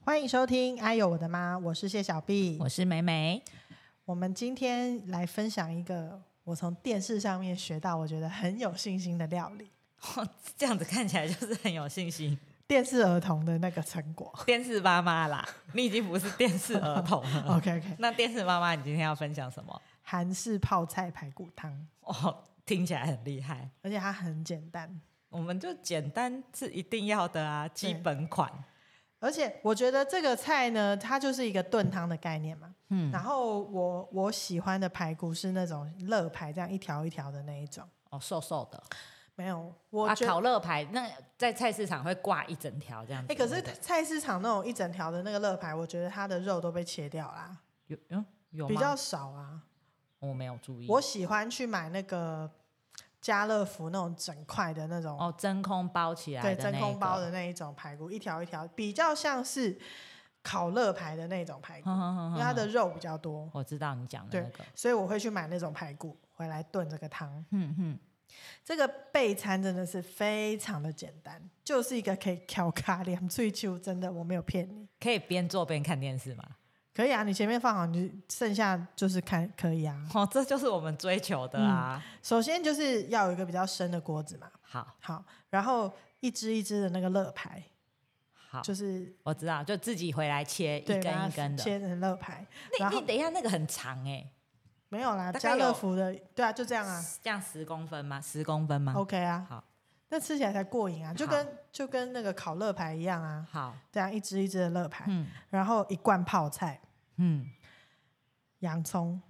欢迎收听《哎呦我的妈》，我是谢小碧。我是美美，我们今天来分享一个我从电视上面学到，我觉得很有信心的料理哦这样子看起来就是很有信心。 ——电视儿童的那个成果。电视妈妈啦，你已经不是电视儿童了。 OK OK，那电视妈妈，你今天要分享什么？韩式泡菜排骨汤，哦，听起来很厉害。而且它很简单，我们就简单是一定要的啊，基本款。而且我觉得这个菜呢，它就是一个炖汤的概念嘛。嗯然后我我喜欢的排骨是那种乐排，这样一条一条的那一种。哦，瘦瘦的，没有，我啊，觉得烤乐牌那在菜市场会挂一整条这样子。哎、可是菜市场那种一整条的那个乐排，我觉得它的肉都被切掉啦，有嗯有吗比较少啊。我没有注意。我喜欢去买那个家乐福那种整块的那种，哦，真空包起来的对，那一真个空包的那一种排骨，一条一条，比较像是烤乐排的那种排骨，哼哼哼因哼为它的肉比较多，我知道你讲的那个，所以我会去买那种排骨回来炖这个汤。嗯哼，这个备餐真的是非常的简单，就是一个可以调咖两 脆秋，真的我没有骗你。可以边做边看电视吗？可以啊，你前面放好，你剩下就是看可以啊。 哦，这就是我们追求的啊。首先就是要有一个比较深的锅子嘛，好好，然后一只一只的那个乐排，好，就是我知道，就自己回来切一对，根把它一根的。切成乐排，然那后你等一下，那个很长哎、没有啦，大概家乐有福的，对啊，就这样啊这样十公分吗？十公分吗？ ，OK 啊，好，那吃起来才过瘾啊，就跟就跟那个烤乐排一样啊，好，这样一只一只的乐排，嗯然后一罐泡菜、嗯，洋葱、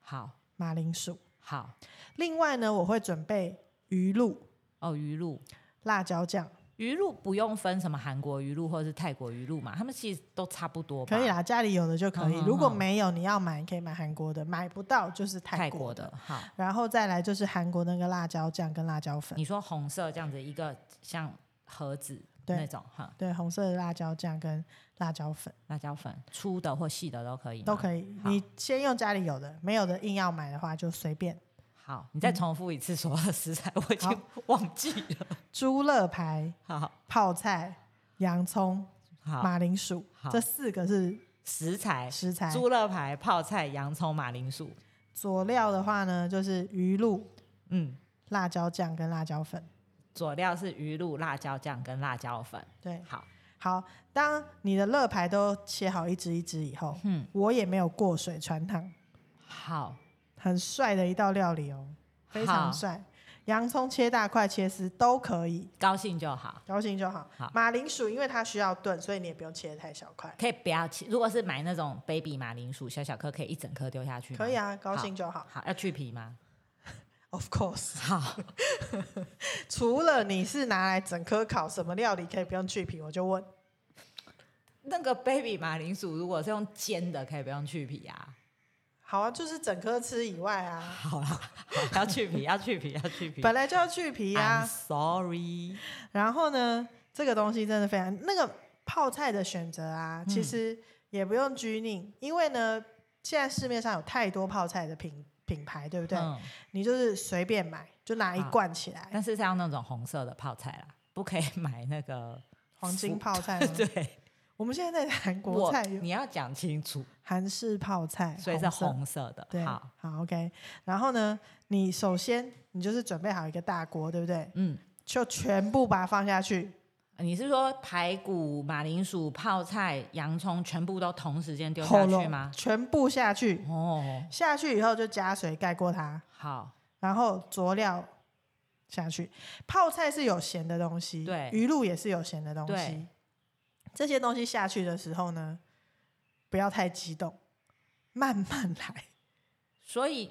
好马铃薯，好另外呢，我会准备鱼露、哦，鱼露，辣椒酱，鱼露不用分什么韩国鱼露或者是泰国鱼露嘛，他们其实都差不多吧。可以啦，家里有的就可以。嗯嗯嗯如果没有，你要买可以买韩国的，买不到就是泰泰国国的。的好，然后再来就是韩国那个辣椒酱跟辣椒粉，你说红色这样子一个像盒子对那种哈，对，红色的辣椒酱跟辣椒粉辣椒粉粗的或细的都可以吗，都可以。好你先用家里有的，没有的硬要买的话就随便。好，你再重复一次所有的食材，我已经忘记了。猪肋排、好泡菜、洋葱、好，马铃薯好这四个是食材食材。猪肋排、泡菜、洋葱、马铃薯。 佐料的话呢，就是鱼露、嗯，辣椒酱跟辣椒粉。佐料是鱼露、辣椒酱跟辣椒粉。对，好，好，当你的乐排都切好一只一只以后，嗯，我也没有过水穿烫，好，很帅的一道料理哦，非常好帅。洋葱切大块、切丝都可以，高兴就好，高兴就好。好马铃薯因为它需要炖，所以你也不用切得太小块，可以不要切。如果是买那种 baby 马铃薯，小小颗可以一整颗丢下去。可以啊。啊，高兴就好。好，要去皮吗？ Of course， 好，除了你是拿来整颗烤，什么料理可以不用去皮？我就问，那个 baby 马铃薯如果是用煎的，可以不用去皮啊。好啊，就是整颗吃以外啊，好啦，好要 去皮，要去皮，要去皮。本来就要去皮 I'm 啊。 sorry。然后呢，这个东西真的非常那个泡菜的选择啊，嗯其实也不用拘泥，因为呢，现在市面上有太多泡菜的品品牌，对不对？嗯你就是随便买，就拿一好罐起来，但是是要那种红色的泡菜啦，不可以买那 个。黄金泡 菜吗？对，我们现在在韩国我菜有你要讲清楚，韩式泡菜，所以是色红色的。对，好， ，OK。然后呢，你首先你就是准备好一个大锅，对不对？嗯，就全部把它放下去，你是说排骨、马铃薯、泡菜、洋葱全部都同时间丢下去吗？全部下去，哦，下去以后就加水盖过它，好，然后佐料下去。泡菜是有咸的东西，对鱼露也是有咸的东西对。这些东西下去的时候呢，不要太激动，慢慢来。所以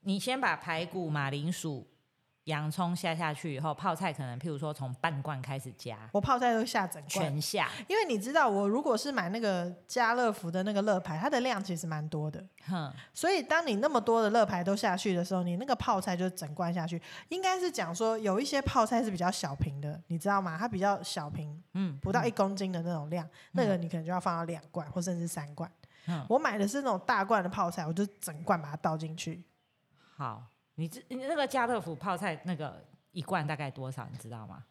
你先把排骨、马铃薯、洋葱下下去以后，泡菜可能譬如说从半罐开始加，我泡菜都下整罐，全下，因为你知道，我如果是买那个家乐福的那个乐牌，它的量其实蛮多的。哼，所以，当你那么多的乐牌都下去的时候，你那个泡菜就整罐下去。应该是讲说，有一些泡菜是比较小瓶的，你知道吗？它比较小瓶，嗯，不到一公斤的那种量，那个你可能就要放到两罐或甚至三罐。嗯我买的是那种大罐的泡菜，我就整罐把它倒进去。好，你这你那个家乐福泡菜那个一罐大概多少，你知道吗？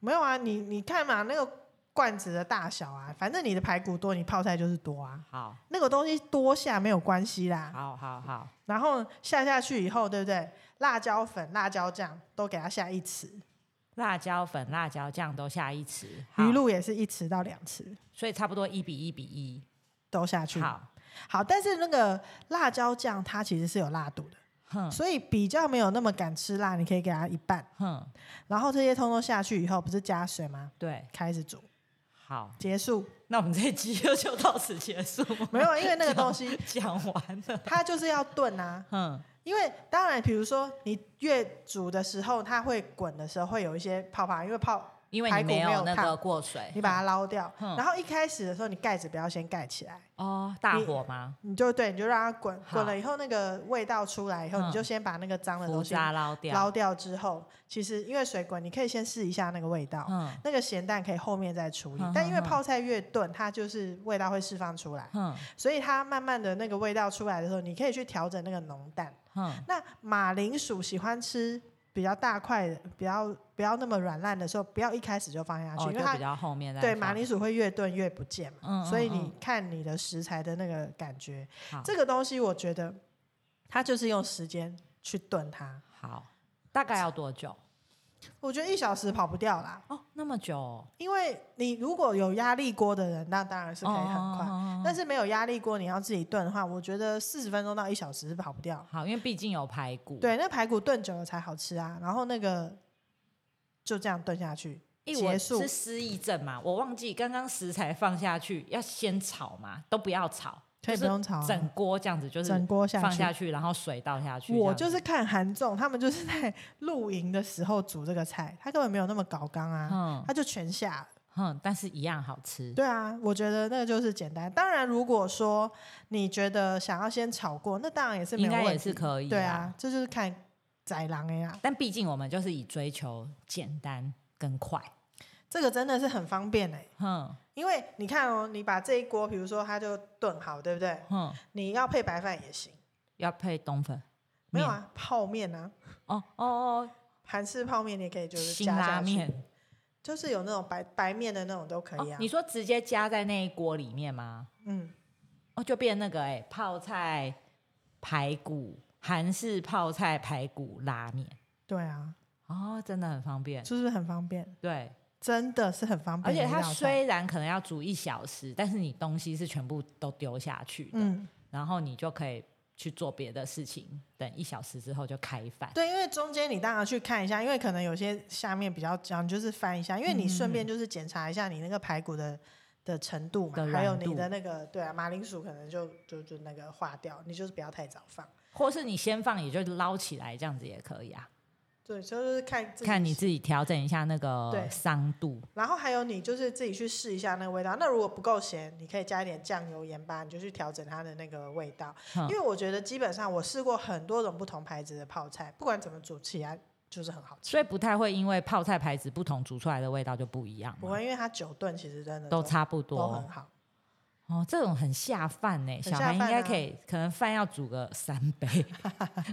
没有啊，你你看嘛，那个罐子的大小啊，反正你的排骨多，你泡菜就是多啊，好，那个东西多下没有关系啦。好，好，好，然后下下去以后，对不对？辣椒粉、辣椒酱都给它下一匙，辣椒粉、辣椒酱都下一匙，好鱼，露也是一匙到两匙所以差不多一比一比一。都下去。好，好，但是那个辣椒酱它其实是有辣度的，哼所以比较没有那么敢吃辣，你可以给它一半。哼，然后这些通通下去以后，不是加水吗？对，开始煮，好，结 束。那我们这一集就就到此结束。没有，因为那个东西讲完了，它就是要炖啊。嗯，因为当然，比如说你越煮的时候，它会滚的时候会有一些泡泡，因为泡因为排骨你没没有有那个烫过水，你把它捞掉。嗯然后一开始的时候，你盖子不要先盖起来，哦，大你火吗？你就对，你就让它滚，好滚了以后那个味道出来以后，嗯你就先把那个脏的浮东西渣捞掉，捞掉之后，其实因为水滚，你可以先试一下那个味道。嗯那个咸蛋可以后面再处理嗯，但因为嗯嗯泡菜越炖，它就是味道会释放出来，哼所以它慢慢的那个味道出来的时候，你可以去调整那个浓淡。哼，那马铃薯喜欢吃比较大块的，不要不要那么软烂的时候，不要一开始就放下去，哦，因就为它比较后面再对放马铃薯会越炖越不见嘛。嗯所以嗯你看你的食材的那个感觉好，这个东西我觉得它就是用时间去炖它。好，大概要多久？我觉得一小时跑不掉啦，哦，那么久哦，因为你如果有压力锅的人，那当然是可以很快。哦但是没有压力锅，你要自己炖的话，我觉得四十分钟到一小时是跑不掉。好，因为毕竟有排骨。，对，那排骨炖久了才好吃啊。然后那个就这样炖下去，因结为我束是失忆症嘛，我忘记刚刚食材放下去要先炒嘛，都不要炒，可以不就是用炒啊、整锅这样子，就是整锅放去。下去，然后水倒下去。我这就样子是看韩综，他们就是在 露营的时候煮这个菜，他根本没有那么搞刚啊，嗯他就全下了。哼，但是一样好吃。对啊，我觉得那个就是简单。当然，如果说你觉得想要先炒过，那当然也是没有应该问也题是可以对啊啊，这就是看宰狼哎呀，但毕竟我们就是以追求简单跟快。这个真的是很方便哎、哼因为你看哦，你把这一锅，比如说它就炖好，对不对？哼，你要配白饭也行，要配冬粉。没有面？啊，泡面啊，哦哦哦，韩式泡面你也可以就是辛加下拉去，面。就是有那种白白面的那种都可以哦啊。你说直接加在那一锅里面吗？嗯，哦，就变那个哎、泡菜排骨，韩式泡菜排骨拉面。对啊，哦，真的很方便。是不是很方便？对，真的是很方而便的且一道菜，它虽然可能要煮一小时，但是你东西是全部都丢下去的，嗯。然后你就可以去做别的事情，等一小时之后就开饭。对，因为中间你当然去看一下，因为可能有些下面比较僵，你就是翻一下，因为你顺便就是检查一下你那个排骨的的程度嘛嗯的，还有软你度的那个对啊，马铃薯可能就就就那个化掉，你就是不要太早放。或是你先放，也就捞起来，这样子也可以啊。对，就是看自己看你自己调整一下那个对桑度。然后还有你就是自己去试一下那个味道。那如果不够咸，你可以加一点酱油、盐巴，你就去调整它的那个味道。嗯因为我觉得基本上我试过很多种不同牌子的泡菜，不管怎么煮起来就是很好吃。所以不太会因为泡菜牌子不同，煮出来的味道就不一样嘛，不会，因为它久炖其实真的都差不都多很。好。哦，这种很下饭呢，下小孩应该饭啊可以，可能饭要煮个三 杯。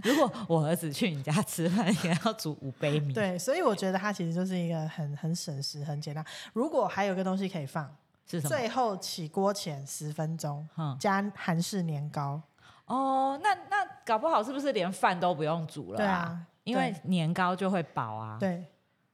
如果我儿子去你家吃饭，也要煮五杯米。，对，所以我觉得它其实就是一个很很省时、很简单。如果还有一个东西可以放，是什么？最后起锅前十分钟嗯，加韩式年糕。哦，那那搞不好是不是连饭都不用煮了、对，啊，因为年糕就会饱啊。，对，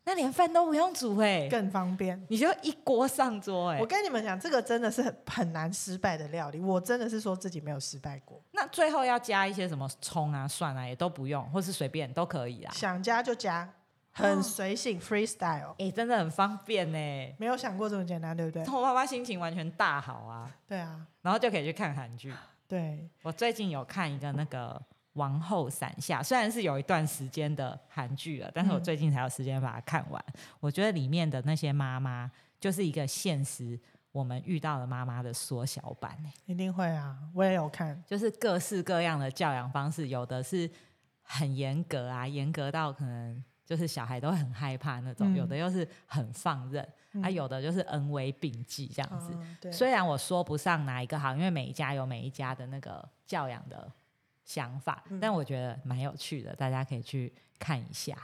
那连饭都不用煮哎、更方便。你就一锅上桌哎、我跟你们讲，这个真的是很很难失败的料理。我真的是说自己没有失败过，那最后要加一些什么葱啊、蒜啊，也都不用，或是随便都可以啊。想加就加，很随性、freestyle，哎、真的很方便呢、没有想过这么简单，对不对？我爸爸心情完全大好啊，对啊，然后就可以去看韩剧。对，我最近有看一个那个《王后伞下》，虽然是有一段时间的韩剧了，但是我嗯最近才有时间把它看完。我觉得里面的那些妈妈就是一个现实我们遇到的妈妈的缩小版、欸，一定会啊，我也有看。就是各式各样的教养方式，有的是很严格啊，严格到可能就是小孩都会很害怕那种；嗯有的又是很放任，嗯啊，有的就是恩威并济这样子。嗯对，虽然我说不上哪一个好，因为每一家有每一家的那个教养的想法，嗯但我觉得蛮有趣的，大家可以去看一下。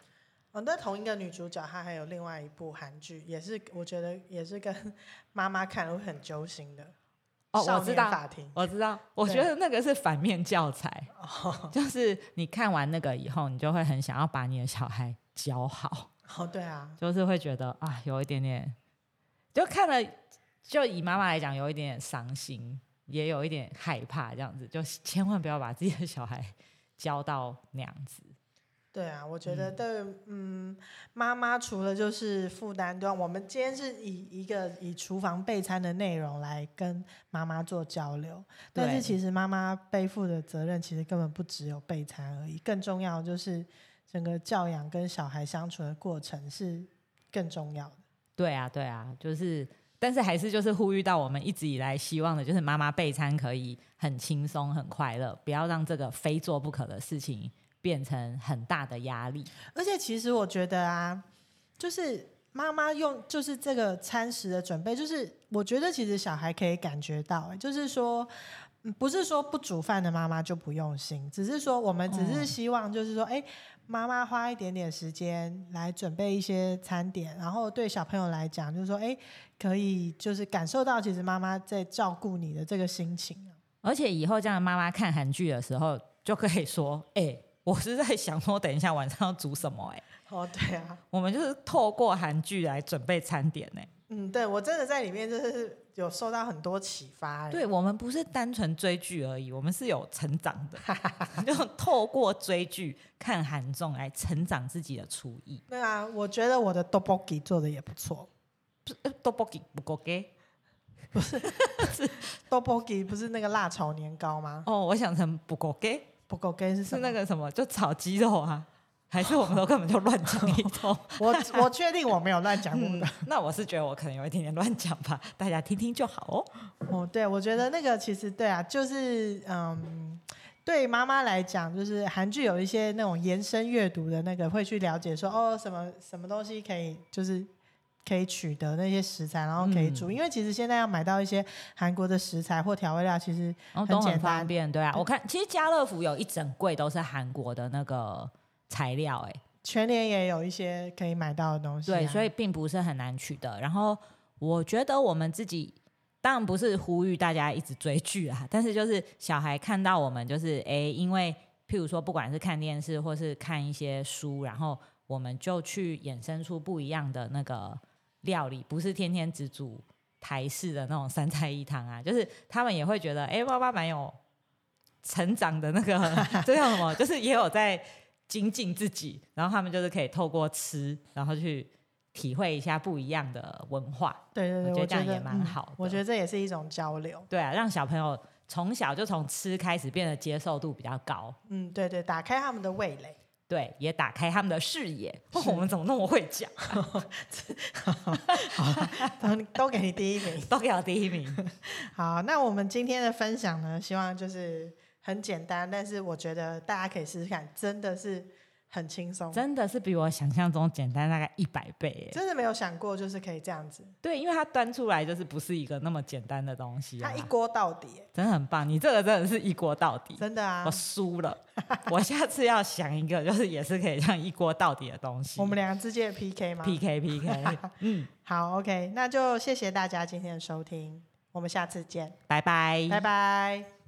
哦，那同一个女主角，她还有另外一部韩剧，也是我觉得也是跟妈妈看了会很揪心的。哦，少我知年道，法庭我知道，我对觉得那个是反面教材，哦， 就是你看完那个以后，你就会很想要把你的小孩教好，哦，对啊，就是会觉得啊，有一点点，就看了，就以妈妈来讲，有一点点伤心，也有一点害怕，这样子，就千万不要把自己的小孩 教到那样子。对啊，我觉得对，嗯，妈妈除了就是负担对吧？啊我们今天是以一个以厨房备餐的内容来跟妈妈做交流，但是对其实妈妈背负的责任其实根本不只有备餐而已，更重要的就是整个教养跟小孩相处的过程是更重要的。对啊，对啊，就是，但是还是就是呼吁到我们一直以来希望的，就是妈妈备餐可以很轻松、很快乐，不要让这个非做不可的事情变成很大的压力。而且其实我觉得啊，就是妈妈用就是这个餐食的准备，就是我觉得其实小孩可以感觉到、欸就是说。嗯不是说不煮饭的妈妈就不用心，只是说我们只是哦希望，就是说，哎、妈妈花一点点时间来准备一些餐点，然后对小朋友来讲，就是说，哎、可以就是感受到其实妈妈在照顾你的这个心情啊。而且以后这样妈妈看韩剧的时候，就可以说：“哎、我是在想说，等一下晚上要煮什么、哎，哦，对啊，我们就是透过韩剧来准备餐点、哎，嗯，对我真的在里面就是有受到很多启发、欸。对我们不是单纯追剧而已，我们是有成长的，就透过追剧看韩综来成长自己的厨艺。对啊，我觉得我的 d o b o g i 做的也不错。都不给不够给 d o b o g i 不是那个辣炒年糕吗？哦，我想成不够给不够 gay 是什是么？那个什么，就炒鸡 肉啊，还是我们都根本就乱讲一哦通？我我确定我没有乱讲过嗯的。， 那我是觉得我可能有一点点乱讲吧，大家听听就好哦。哦，对，我觉得那个其实对啊，就是嗯，对妈妈来讲，就是韩剧有一些那种延伸阅读的那个，会去了解说哦，什么什么东西可以就是。可以取得那些食材，然后可以嗯煮，因为其实现在要买到一些韩国的食材或调味料，其实然后很都简很方单便，对啊。我看其实家乐福有一整柜都是韩国的那个材料、哎，全年也有一些可以买到的东西啊、对，所以以并不是很难取得。然后我觉得我们自己当然不是呼吁大家一直追剧啊，但是就是小孩看到我们就是诶，因为譬如说不管是看电视或是看一些书，然后我们就去衍生出不一样的那个料理，不是天天只煮台式的那种三菜一汤啊，就是他们也会觉得诶，爸爸蛮有成长的那个 这叫什么，就是也有在。精进自己，然后他们就是可以透过吃，然后去体会一下不一样的文化。对对对，我觉得我这样也蛮嗯好的我觉得这也是一种交流。对啊，让小朋友从小就从吃开始变得接受度比较高，嗯，对对，打开他们的味蕾。对，也打开他们的视野。哦是我们怎么那么会讲？都都给你第一名。 都给我第一名。好，那我们今天的分享呢，希望就是很简单，但是我觉得大家可以试试看，真的是很轻松。 真的是比我想象中简单大概一百倍耶。真的没有想过，就是可以这样子，对，因为它端出来就是不是一个那么简单的东西、啊它一，锅到底耶，真的很棒。你这个真的是一锅到底，真的啊我！输了。 我下次要想一个，就是也是可以这样一锅到底的东西。我们俩之间的 PK 吗 PK PK，嗯，好，OK，那就谢谢大家今天的收听，我们下次见，拜拜，拜拜。